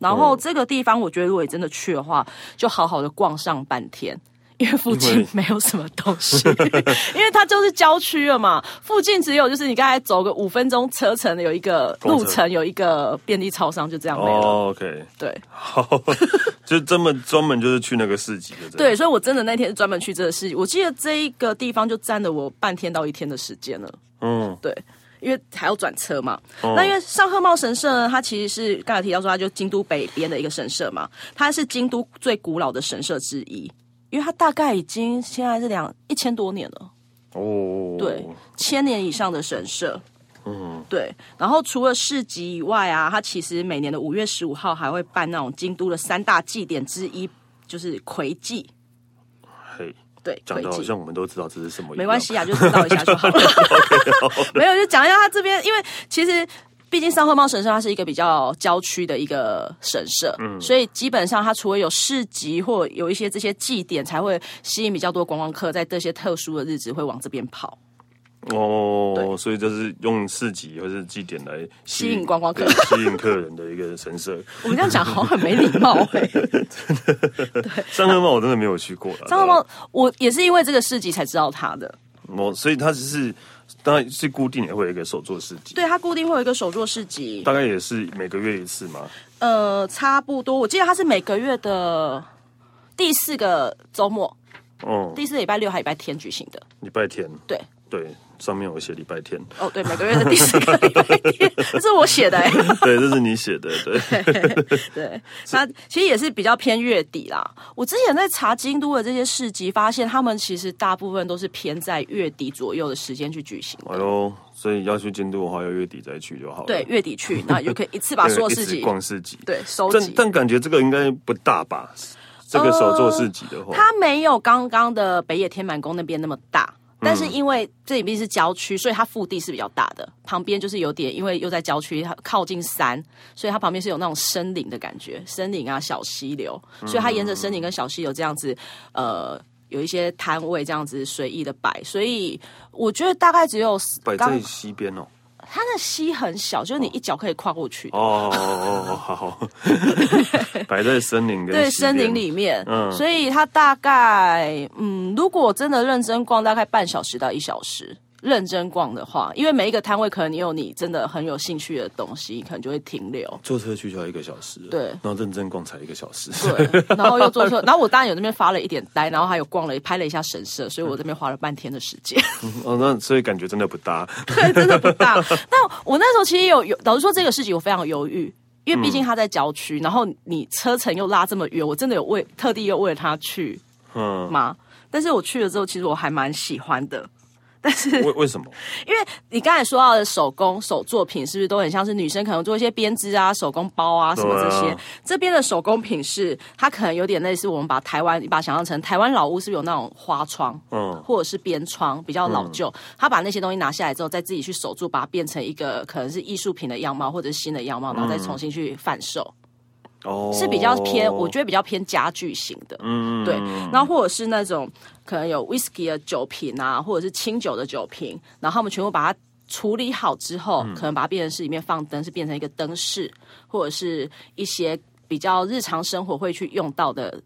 B: 然后这个地方，我觉得如果你真的去的话，就好好的逛上半天。因为附
A: 因
B: 近
A: 为
B: 没有什么东西， 因为它就是郊区了嘛，附近只有就是你刚才走个五分钟车程的有一个
A: 公
B: 路
A: 车
B: 程，有一个便利超商，就这样没了。
A: 哦，OK，
B: 对
A: 好， 就这么专门就是去那个市集的，这样
B: 对，所以我真的那天是专门去这个事，我记得这一个地方就占了我半天到一天的时间了。
A: 嗯，
B: 对，因为还要转车嘛。
A: 哦
B: 那因为上贺茂神社呢，它其实是刚才提到说，它就京都北边的一个神社嘛，它是京都最古老的神社之一，因为它大概已经现在是两一千多年了，
A: 哦，
B: 对，千年以上的神社。嗯，对。然后除了市集以外啊，它其实每年的五月十五号还会办那种京都的三大祭典之一，就是魁祭。
A: 嘿，
B: 对，
A: 讲
B: 魁
A: 的好
B: 祭。
A: 像我们都知道这是什么一样，
B: 没 关系啊，就知道一下就好了。没有，就讲一下他这边，因为其实。毕竟上贺茂神社它是一个比较郊区的一个神社，所以基本上它除了有市集或有一些这些祭典，才会吸引比较多观光客在这些特殊的日子会往这边跑，
A: 哦，
B: 对
A: 所以就是用市集或是祭典来吸
B: 吸引观光客
A: 对吸引客人的一个神 社。
B: 我们这样讲好像很没礼貌哎、
A: 上贺茂我真的没有去过了，
B: 上贺茂，我也是因为这个市集才知道它的，
A: 我哦所以它只是当然是固定也会有一个手作市集，
B: 对它固定会有一个手作市集，
A: 大概也是每个月一次嘛。
B: 呃，差不多，我记得它是每个月的第四个周末，
A: 哦、
B: 第四个礼拜六还礼拜天举行的，
A: 礼拜天，
B: 对。
A: 对，上面有写礼拜 天，
B: 哦，对，每个月的第四个礼拜天，这是我写 的、欸。
A: 对，这是你写的，对，
B: 对，那其实也是比较偏月底啦。我之前在查京都的这些市集，发现他们其实大部分都是偏在月底左右的时间去举行。
A: 哎呦，所以要去京都的话，要月底再去就好了。
B: 对，，月底去，那你就可以一次把所有
A: 哦一
B: 市
A: 直
B: 集
A: 逛市集，
B: 对收
A: 但
B: 集。
A: 但感觉这个应该不大吧？这个手作市集的话，
B: 它没有刚刚的北野天满宫那边那么大。
A: 嗯
B: 但是因为这里毕竟是郊区，所以它腹地是比较大的，旁边就是有点，因为又在郊区，它靠近山，所以它旁边是有那种森林的感觉，森林啊，小溪流，
A: 嗯
B: 所以它沿着森林跟小溪流这样子，呃，有一些摊位这样子随意的摆，所以我觉得大概只有
A: 摆
B: 刚
A: 在西边哦。
B: 它的溪很小，就是你一脚可以跨过去的，
A: 哦哦哦，好好， 摆在森林跟
B: 对，
A: 西边
B: 森林。里面，
A: 嗯
B: 所以它大概，嗯，如果真的认真逛，大概半小时到一小时。认真逛的话，因为每一个摊位可能你有你真的很有兴趣的东西，你可能就会停留。
A: 坐车去就要一个小时，
B: 对
A: 然后认真逛才一个小时，
B: 对，然后又坐车，然后我当然有那边发了一点呆，然后还有逛了拍了一下神社，所以我这边花了半天的时间。
A: 哦，那所以感觉真的不搭，
B: 对，真的不大。但我那时候其实有有，老实说这个事情我非常犹豫，因为毕竟他在郊区，然后你车程又拉这么远，我真的有为特地又为了他去
A: 嗯，
B: 吗？但是我去了之后，其实我还蛮喜欢的。
A: 为为什么？
B: 因为你刚才说到的手工手作品，是不是都很像是女生可能做一些编织啊、手工包啊什么这些？
A: 对啊
B: 这边的手工品是它可能有点类似我们把台湾，你把它想象成台湾老屋是不是有那种花窗，
A: 嗯
B: 或者是边窗比较老旧？他把那些东西拿下来之后，再自己去手做，把它变成一个可能是艺术品的样貌或者是新的样貌，然
A: 嗯
B: 后再重新去贩售，
A: 哦，
B: 是比较偏，我觉得比较偏家具型的。
A: 嗯，
B: 对，然后或者是那种可能有 whisky 的酒瓶啊，或者是清酒的酒瓶，然后他们全部把它处理好之后，
A: 嗯
B: 可能把它变成是里面放灯，是变成一个灯饰，或者是一些比较日常生活会去用到的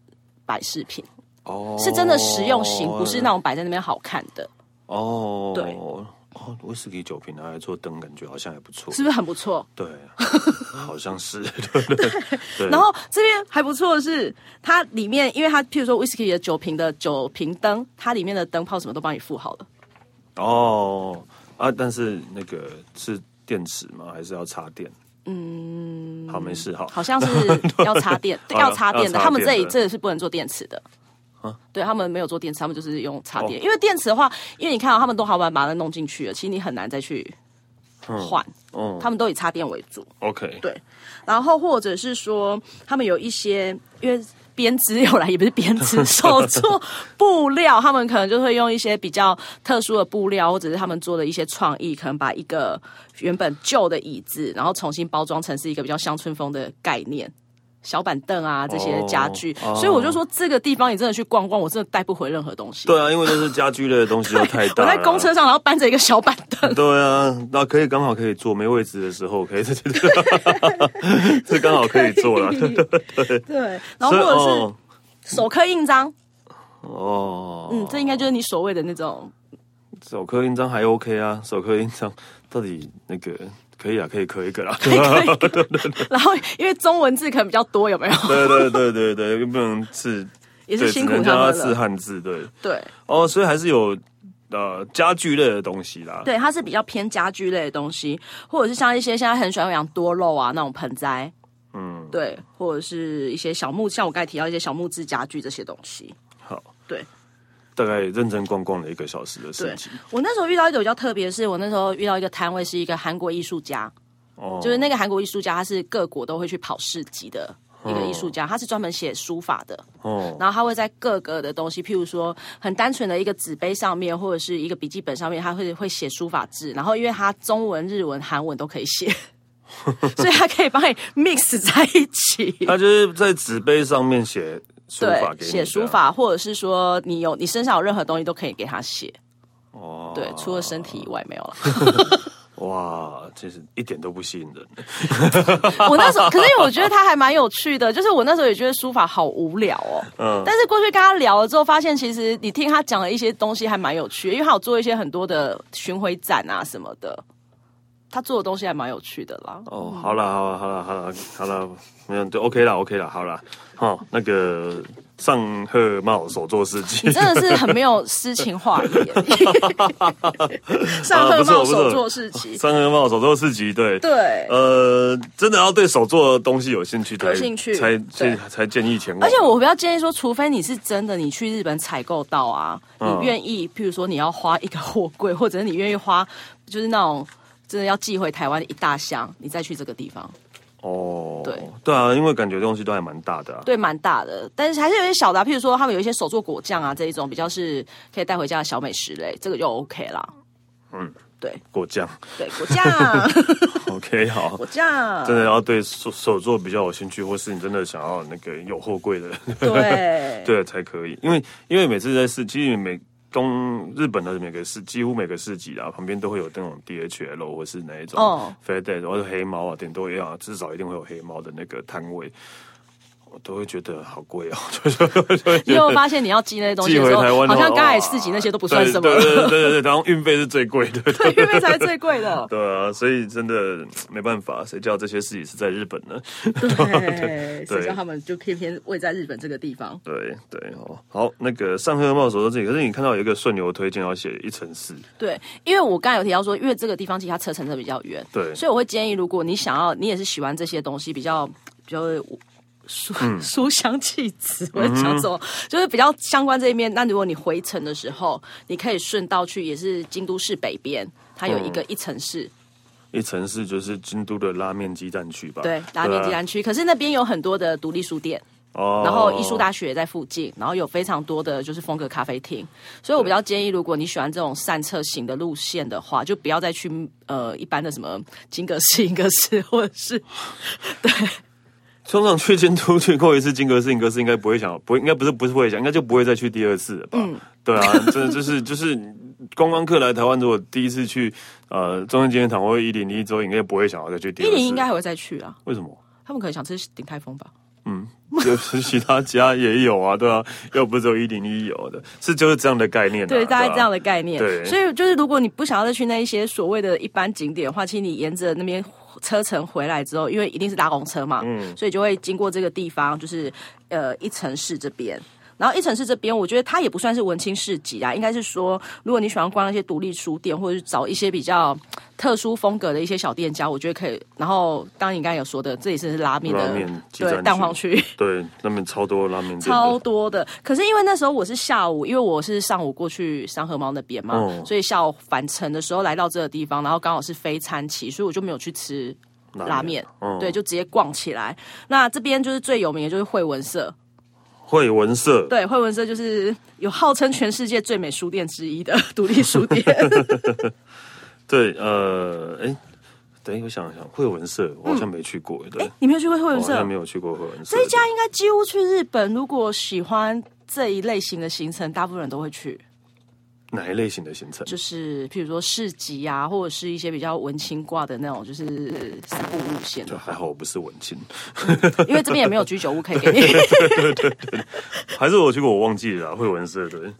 B: 摆饰品，
A: 哦，
B: 是真的实用型，不是那种摆在那边好看的。
A: 哦，
B: 对
A: 哦，威士忌酒瓶拿来做灯，感觉好像还不错。
B: 是不是很不错？
A: 对，啊 好像是，对对对。
B: 然后这边还不错的是，它里面，因为它譬如说威士忌的酒瓶的酒瓶灯，它里面的灯泡什么都帮你附好了。
A: 哦啊，但是那个是电池吗？还是要插电？嗯，好，没事，好，
B: 好像是 要插电，对要插电
A: 要插电
B: 的。啊
A: 的
B: 他们这里这里是不能做电池的。对他们没有做电池，他们就是用插电。因为电池的话，因为你看啊，他们都好把把它弄进去了，其实你很难再去换。
A: 嗯
B: 他们都以插电为主。
A: ，OK，
B: 对，然后或者是说，他们有一些因为。编织有来也不是编织，手做布料，他们可能就会用一些比较特殊的布料，或者是他们做的一些创意，可能把一个原本旧的椅子，然后重新包装成是一个比较乡村风的概念，小板凳啊这些家具。
A: 哦哦
B: 所以我就说，这个地方你真的去逛逛，我真的带不回任何东西。
A: 对啊，因为就是家居类的东西又太大
B: 我
A: 了。
B: 在 公车上，然后搬着一个小板凳，
A: 对啊，那可以刚好可以坐，没位置的时候可以， 这刚好可以坐了。
B: 对， 然后或者
A: 哦
B: 是手刻印章，
A: 哦，
B: 嗯，这应该就是你所谓的 那种
A: 手刻印章还 OK 啊，手刻印章到底那个可以啊，可以刻一个啦。
B: 然后因为中文字可能比较多，有没有？
A: 对对对对对，又不能是，
B: 也是
A: 对，
B: 辛
A: 只
B: 苦
A: 能
B: 他
A: 叫它
B: 们
A: 是
B: 了。
A: 汉字，对。
B: 对
A: 哦，所以还是有呃家具类的东西啦。
B: 对，它是比较偏家居类的东西，或者是像一些现在很喜欢养多肉啊那种盆栽，
A: 嗯，
B: 对，或者是一些小木，像我刚才提到一些小木质家具这些东西。
A: 好，
B: 对
A: 大概认真逛逛了一个小时的事情。
B: 我那时候遇到一个比较特别的是，我那时候遇到一个摊位是一个韩国艺术家，
A: 哦，
B: 就是那个韩国艺术家，他是各国都会去跑市集的一个艺术家，他是专门写书法的。
A: 哦，
B: 然后他会在各个的东西，譬如说很单纯的一个纸杯上面，或者是一个笔记本上面，他会会写书法字。然后因为他中文、日文、韩文都可 以写，所以他可以帮你 mix 在一起。
A: 他就是在纸杯上面写书
B: 对
A: 法给，你，
B: 写书。法，或者是说你有你身上有任何东西都可以给他写。
A: 哦，
B: 对，除了身体以外没有了。
A: 哇，其实一点都不吸引人。
B: 我那时候，可是因为我觉得他还蛮有趣的，就是我那时候也觉得书法好无聊哦。
A: 嗯
B: 但是过去跟他聊了之后，发现其实你听他讲的一些东西还蛮有趣的，因为他有做一些很多的巡回展啊什么的，他做的东西还蛮有趣的啦。
A: 哦，好了，好了，好了，好了，好了，没有就 OK 了，OK 了，好了。好，那个上贺茂手作事迹
B: 你，真的是很没有诗情画意耶， 上
A: 啊
B: 贺
A: 不错
B: 茂
A: 不错
B: 手做事 情，
A: 上贺茂手作事迹，对。
B: 嗯对。
A: 呃，真的要对手做的东西有兴趣才，
B: 有兴趣
A: 才
B: 对
A: 才才建议前往。
B: 而且我比较建议说，除非你是真的，你去日本采购到啊，
A: 嗯
B: 你愿意，譬如说你要花一个货柜，或者是你愿意花，就是那种真的要寄回台湾一大箱，你再去这个地方，
A: 哦，
B: 对
A: 啊，因为感觉东西都还蛮大的啊。
B: 对，蛮大的，但是还是有些小的啊、譬如说他们有一些手做果酱啊这一种比较是可以带回家的小美食类，这个就 OK 啦。嗯，对
A: 果 酱
B: 对，果酱，
A: ，OK，好
B: 果。 酱，
A: 真的要对手手作比较有兴趣，或是你真的想要那个有货柜的，
B: 对
A: 对才可以。因为因为每次在市，其实每东日本的每个市，几乎每个市集啊，旁边都会有那种 DHL 或是那一种
B: 哦
A: FedEx，或者黑猫啊，顶多一样啊，至少一定会有黑猫的那个摊位，我都会觉得好贵哦， 就是
B: 你有没有发现你要寄那些东西
A: 寄
B: 的
A: 回
B: 时候
A: 台湾，的话，
B: 好像刚才四级那些都不算什么
A: 对
B: 了，
A: 对对对对对，然后运费是最贵的，
B: 对，因为才是最贵的。
A: 对啊，所以真的没办法，谁叫这些事情是在日本 呢？
B: 对，谁
A: 对
B: 叫他们就偏偏位在日本这个地方？
A: 对对哦，好，那个上课帽手到这里，可是你看到有一个顺流推荐要写一乘四，
B: 对，因为我刚才有提到说，因为这个地方其实它车程真的比较远，
A: 对
B: 所以我会建议，如果你想要，你也是喜欢这些东西，比较比较书 书香气质，我会讲走，就是比较相关这一面。那如果你回程的时候，你可以顺道去，也是京都市北边，它有一个一城市，
A: 一乘四就是京都的拉面鸡蛋区吧？
B: 对，拉面
A: 啊
B: 鸡蛋区。可是那边有很多的独立书店，
A: 哦，
B: 然后艺术大学也在附近，然后有非常多的就是风格咖啡厅，所以我比较建议，如果你喜欢这种散策型的路线的话，就不要再去呃一般的什么金阁寺、银阁寺，或者是
A: 通常去京都去过一次金阁寺、银阁寺，应该不会想不会，应该不是不是不会想，应该就不会再去第二次了吧？
B: 嗯
A: 对啊，这就是 就是观光客来台湾，如果第一次去呃中正纪念堂或一零一之后，应该不会想要再去第
B: 一
A: 二次。
B: 零应该还会再去啊，
A: 为什么？
B: 他们可能想吃顶泰丰吧，
A: 就是其他家也有啊，对啊，又不是只有一零一有的，是就是这样的概念、啊，
B: 对，大概
A: 吧
B: 这样的概念。
A: 对
B: 所以就是如果你不想要再去那一些所谓的一般景点的话，其实你沿着那边车程回来之后，因为一定是搭公车嘛，
A: 嗯
B: 所以就会经过这个地方，就是呃一城市这边。然后一城市这边，我觉得它也不算是文青市集啊，应该是说，如果你喜欢逛一些独立书店，或者是找一些比较特殊风格的一些小店家，我觉得可以。然后，当然你刚才有说的，这里是拉面的
A: 拉面集散
B: 对
A: 区
B: 蛋黄区，
A: 对，那边超多拉面店的，
B: 超多的。可是因为那时候我是下午，因为我是上午过去三河猫那边嘛，
A: 哦
B: 所以下午返程的时候来到这个地方，然后刚好是非餐期，所以我就没有去吃拉面，
A: 嗯
B: 对，就直接逛起来。那这边就是最有名的就是惠文社，
A: 惠文社，
B: 对，惠文社就是有号称全世界最美书店之一的独立书 店，
A: 对，呃，哎、等一下，我想一想，惠文社我好像没去过，对，
B: 你没嗯有去过惠
A: 我
B: 文
A: 好
B: 社
A: 像没？有去过惠文社。
B: 这一家应该几乎去日本，如果喜欢这一类型的行程，大部分人都会去。
A: 哪一类型的行程？
B: 就是譬如说市集啊，或者是一些比较文青挂的那种，就是散步路线，
A: 就还好我不是文青，
B: 因为这边也没有居酒屋可以给你。
A: 还是我去过我忘记了啊惠文社，对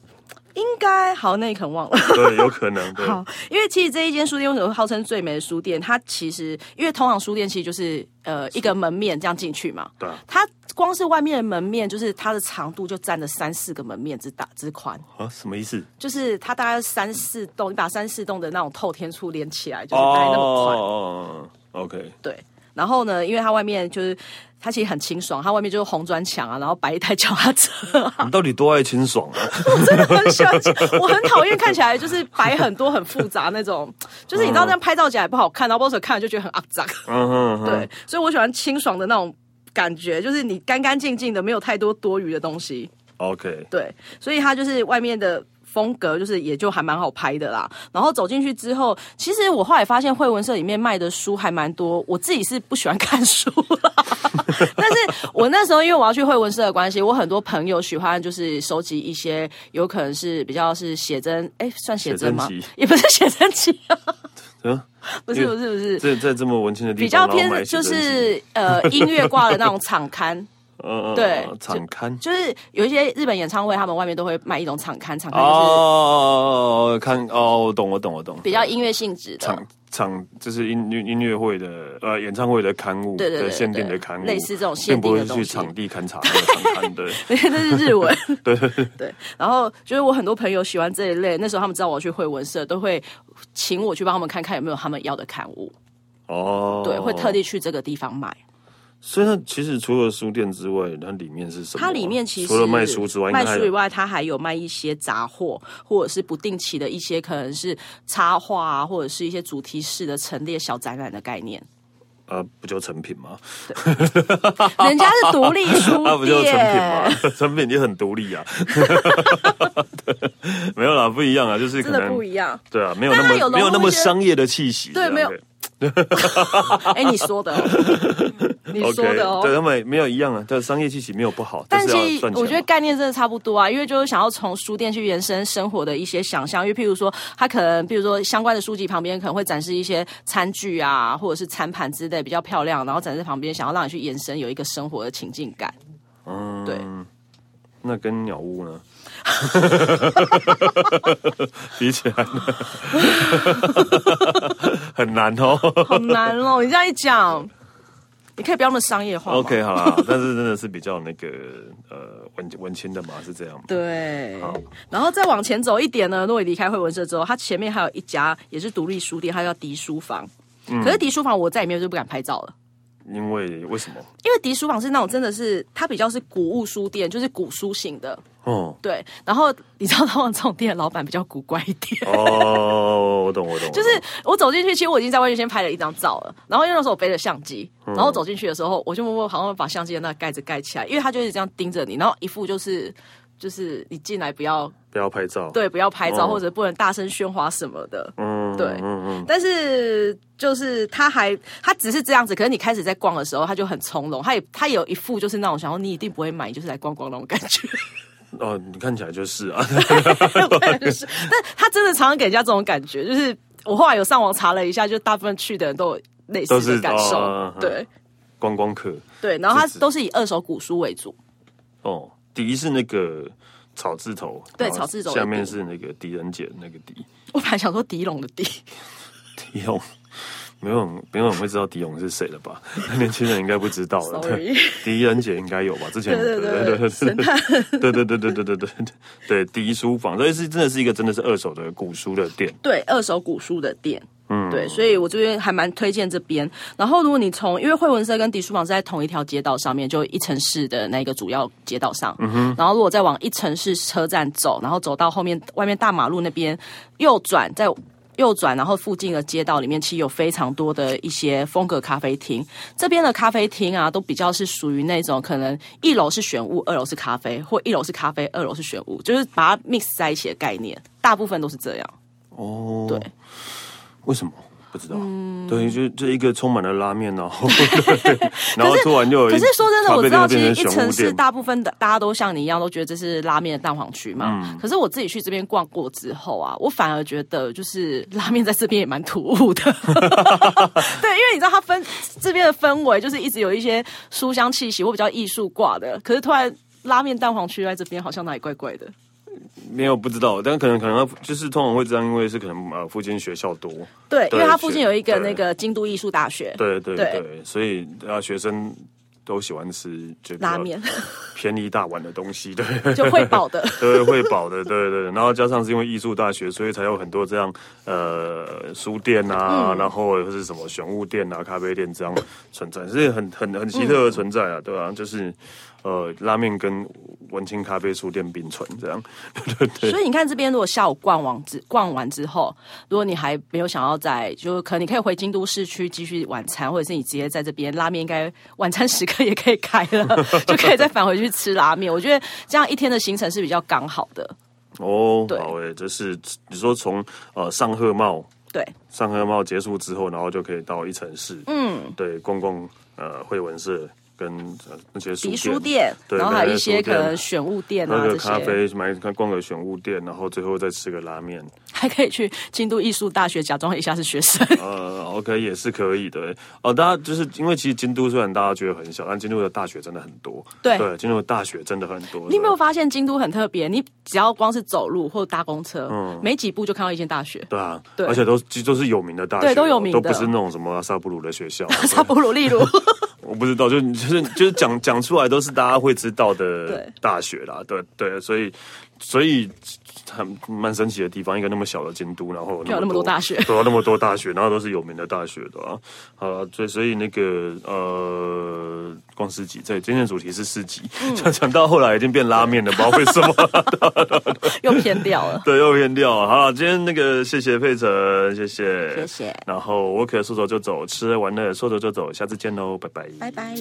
B: 应该好，那你可能忘了。
A: 对，有可能对。
B: 好，因为其实这一间书店为什么号称最美的书店？它其实因为通常书店其实就是呃一个门面这样进去嘛，
A: 对啊
B: 它光是外面的门面，就是它的长度就占了三四个门面之大之宽，
A: 啊，什么意思？
B: 就是它大概三四栋，你把三四栋的那种透天处连起来，就是大概那么宽。
A: 哦哦，OK，
B: 对，然后呢，因为它外面就是它其实很清爽，它外面就是红砖墙啊，然后摆一台脚踏车 啊、
A: 你到底多爱清爽啊？
B: 很喜欢，我很讨厌看起来就是摆很多很复杂那种，就是你知道那样拍照起来不好看，然后不知道为什么看了就觉得很肮脏。
A: 嗯哼哼，
B: 对，所以我喜欢清爽的那种。感觉就是你干干净净的，没有太多多余的东西。
A: ，OK，
B: 对，所以它就是外面的风格，就是也就还蛮好拍的啦。然后走进去之后，其实我后来发现惠文社里面卖的书还蛮多，我自己是不喜欢看书啦， 但是我那时候因为我要去惠文社的关系，我很多朋友喜欢就是收集一些有可能是比较是写真，哎，算写真吗
A: 写真集？
B: 也不是写真集、啊，
A: 嗯，
B: 不是不是不是。
A: 在在这么文青的地方，
B: 比较
A: 然后买写
B: 偏就
A: 真集
B: 是呃音乐挂的那种场刊，
A: 嗯嗯
B: 对
A: 嗯场刊
B: 就是有一些日本演唱会，他们外面都会卖一种场刊，场刊就是
A: 哦，看哦，我懂我懂我懂，
B: 比较音乐性质的，
A: 场场就是音乐音乐会的呃演唱会的刊物，
B: 对对对对
A: 限定的刊物，
B: 类似这种
A: 并
B: 限定
A: 不
B: 的
A: 是
B: 东
A: 去
B: 西。
A: 场地勘察那个场刊， 对，
B: 那是 日文，对 对。然后就是我很多朋友喜欢这一类，那时候他们知道我去惠文社，都会请我去帮他们看看有没有他们要的刊物，
A: 哦，
B: 对，会特。地去这个地方买。
A: 所以它其实除了书店之外，它里面是什么啊？
B: 它里面其实
A: 除了卖书之外，应该
B: 卖
A: 还
B: 书以
A: 有
B: 外，它还有卖一些杂货，或者是不定期的一些可能是插画啊，或者是一些主题式的陈列小展览的概 念。
A: 呃，不就成品吗？
B: 人家是独立书
A: 那不就成品吗
B: 店。？
A: 成品也很独立啊， 对没有啦，不一样啊，就是可
B: 真的
A: 能
B: 不一样，
A: 对啊，没有那
B: 但它有
A: 么
B: 融入
A: 没有那么
B: 一些
A: 商业的气息，
B: 对没有哎、你 说的、哦，你
A: ，OK，
B: 说的哦，
A: 对他们没有一样啊，但商业气息没有不好，
B: 但
A: 是
B: 其
A: 要
B: 实
A: 赚钱嘛。
B: 我觉得概念真的差不多啊，因为就是想要从书店去延伸生活的一些想象，因为譬如说，它可能譬如说相关的书籍旁边可能会展示一些餐具啊，或者是餐盘之类比较漂亮，然后展示旁边，想要让你去延伸有一个生活的情境感。
A: 嗯，
B: 对，
A: 那跟鸟屋 呢？比起来呢，很难哦。
B: 好难哦，你这样一讲，你可以不要那么商业化吗
A: OK，好啦，但是真的是比较那个呃文文青的嘛，是这样吗。
B: 对
A: 好，
B: 然后再往前走一点呢，若你离开惠文社之后，它前面还有一家也是独立书店，它叫迪书房。可是迪书房我在里面就不敢拍照了。
A: 因为为什么？
B: 因为迪书房是那种真的是它比较是古物书店，就是古书型的，
A: 哦
B: 对。然后你知道，他们这种店的老板比较古怪一点。
A: 哦，我懂，我懂，
B: 就是我走进去，其实我已经在外面先拍了一张照了。然后因为那时候我背着相机，然后走进去的时候，我就默默好像把相机的那个盖子盖起来，因为他就是这样盯着你，然后一副就是就是你进来不要
A: 不要拍照。，
B: 对不要拍照，
A: 哦
B: 或者不能大声喧哗什么的。
A: 嗯，
B: 对
A: 嗯
B: 但是就是他还他只是这样子，可是你开始在逛的时候，他就很从容，他也他有一副就是那种想要你一定不会买，你就是来逛逛那种感 觉，
A: 嗯，哦，你看起来就是 啊，
B: 就是，但他真的常常给人家这种感觉，就是我后来有上网查了一下，就大部分去的人都有类似
A: 都
B: 的
A: 是
B: 感受，
A: 哦
B: 对。
A: 观光客
B: 对，然后它
A: 是
B: 都是以二手古书为主。
A: 哦。敌是那个草字头，
B: 对
A: 然后
B: 草字头的
A: 下面
B: 敌
A: 是那个狄仁杰那个狄
B: 我本来想说狄龙的 狄，
A: 狄勇，没有人没有人会知道狄勇是谁了吧？ 年轻人应该不知道了。
B: Sorry
A: 对， 狄仁杰应该有吧？之前
B: 对对对
A: 对对对对对对对对对对狄书房，所以是真的是一个真的是二手的古书的店。
B: 对，二手古书的店。嗯，对，所以我这边还蛮推荐这边。然后，如果你从因为惠文社跟迪书房是在同一条街道上面，就一城市的那个主要街道上。嗯哼。然后，如果再往一城市车站走，然后走到后面外面大马路那边右转，再右转，然后附近的街道里面其实有非常多的一些风格咖啡厅。这边的咖啡厅啊，都比较是属于那种可能一楼是玄物，二楼是咖啡，或一楼是咖啡，二楼是玄物，就是把它 mix 在一起的概念，大部分都是这样。
A: 哦，
B: 对，嗯
A: 为什么？不知道，对，就就一个充满了拉面，然 后对然后突然就有一
B: 可是说真的，
A: 咖
B: 我
A: 啡
B: 知
A: 店就
B: 道，其实
A: 变成
B: 一
A: 玄
B: 城
A: 武
B: 市
A: 店，
B: 大部分的大家都像你一样，都觉得这是拉面的蛋黄区嘛。
A: 嗯
B: 可是我自己去这边逛过之后啊，我反而觉得就是拉面在这边也蛮突兀 的。对，因为你知道它分这边的氛围，就是一直有一些书香气息，我比较艺术挂的。可是突然拉面蛋黄区在这边，好像哪里怪怪的。
A: 没有不知道，但可能可能要就是通常会这样，因为是可能呃附近学校多，
B: 对，因为它
A: 对
B: 附近有一个
A: 对
B: 那个京都艺术大学
A: 对对
B: 对
A: 对，所以啊学生都喜欢吃就比较
B: 拉面，
A: 便宜大碗的东西，对。
B: 就会 饱的。
A: 对，会饱的，对对。然后加上是因为艺术大学，所以才有很多这样呃书店啊，
B: 嗯
A: 然后或是什么玄物店啊、咖啡店这样存在，是很很很奇特的存在啊，对吧、就是呃拉面跟文青咖啡书店并存这样，对对对。
B: 所以你看这边，如果下午逛完之逛完之后，如果你还没有想要在，就可能你可以回京都市区继续晚餐，或者是你直接在这边拉面，应该晚餐时刻也可以开 了，就可以再返回去吃拉面。我觉得这样一天的行程是比较刚好的。
A: 哦，
B: 对
A: 好诶，这是你说从呃上贺茂
B: 对，
A: 上贺茂结束之后，然后就可以到一城市，嗯，对，逛逛呃惠文社跟、呃那些书
B: 迪
A: 店，
B: 书店，
A: 对
B: 然后还有一
A: 那些
B: 些
A: 书
B: 可
A: 店
B: 能选物店
A: 喝
B: 啊
A: 个
B: 这
A: 咖
B: 些，
A: 啡，买看逛个选物店，然后最后再吃个拉面，
B: 还可以去京都艺术大学假装一下是学生。
A: 呃，OK 也是可以的。哦，大家就是因为其实京都虽然大家觉得很小，但京都的大学真的很多，
B: 对
A: 对，京都的大学真的很多。
B: 你有没有发现京都很特别？你只要光是走路或搭公车，
A: 嗯
B: 没几步就看到一间大学。
A: 对啊，
B: 对
A: 而且都都是有名的大学哦，
B: 对都有名的
A: 都不是那种什么阿萨布鲁的学 校。
B: 沙布 鲁利鲁，
A: 我不知道，就就是就是讲讲出来都是大家会知道的
B: 对
A: 大学啦，对对，所以所以很蛮神奇的地方，一个那么小的京都，然后
B: 就有那么多大学
A: 对啊，那么多大学，然后都是有名的大学的啊，好了，所以所以那个呃，逛市集，对，今天的主题是市集，
B: 嗯
A: 讲、讲到后来已经变拉面了，不知道为什么。
B: 又偏掉了。
A: 对，又偏掉。好，今天那个谢谢费城，谢谢，
B: 谢谢
A: 然后我可说走就走，吃完了说走就走，下次见喽，拜拜，
B: 拜拜。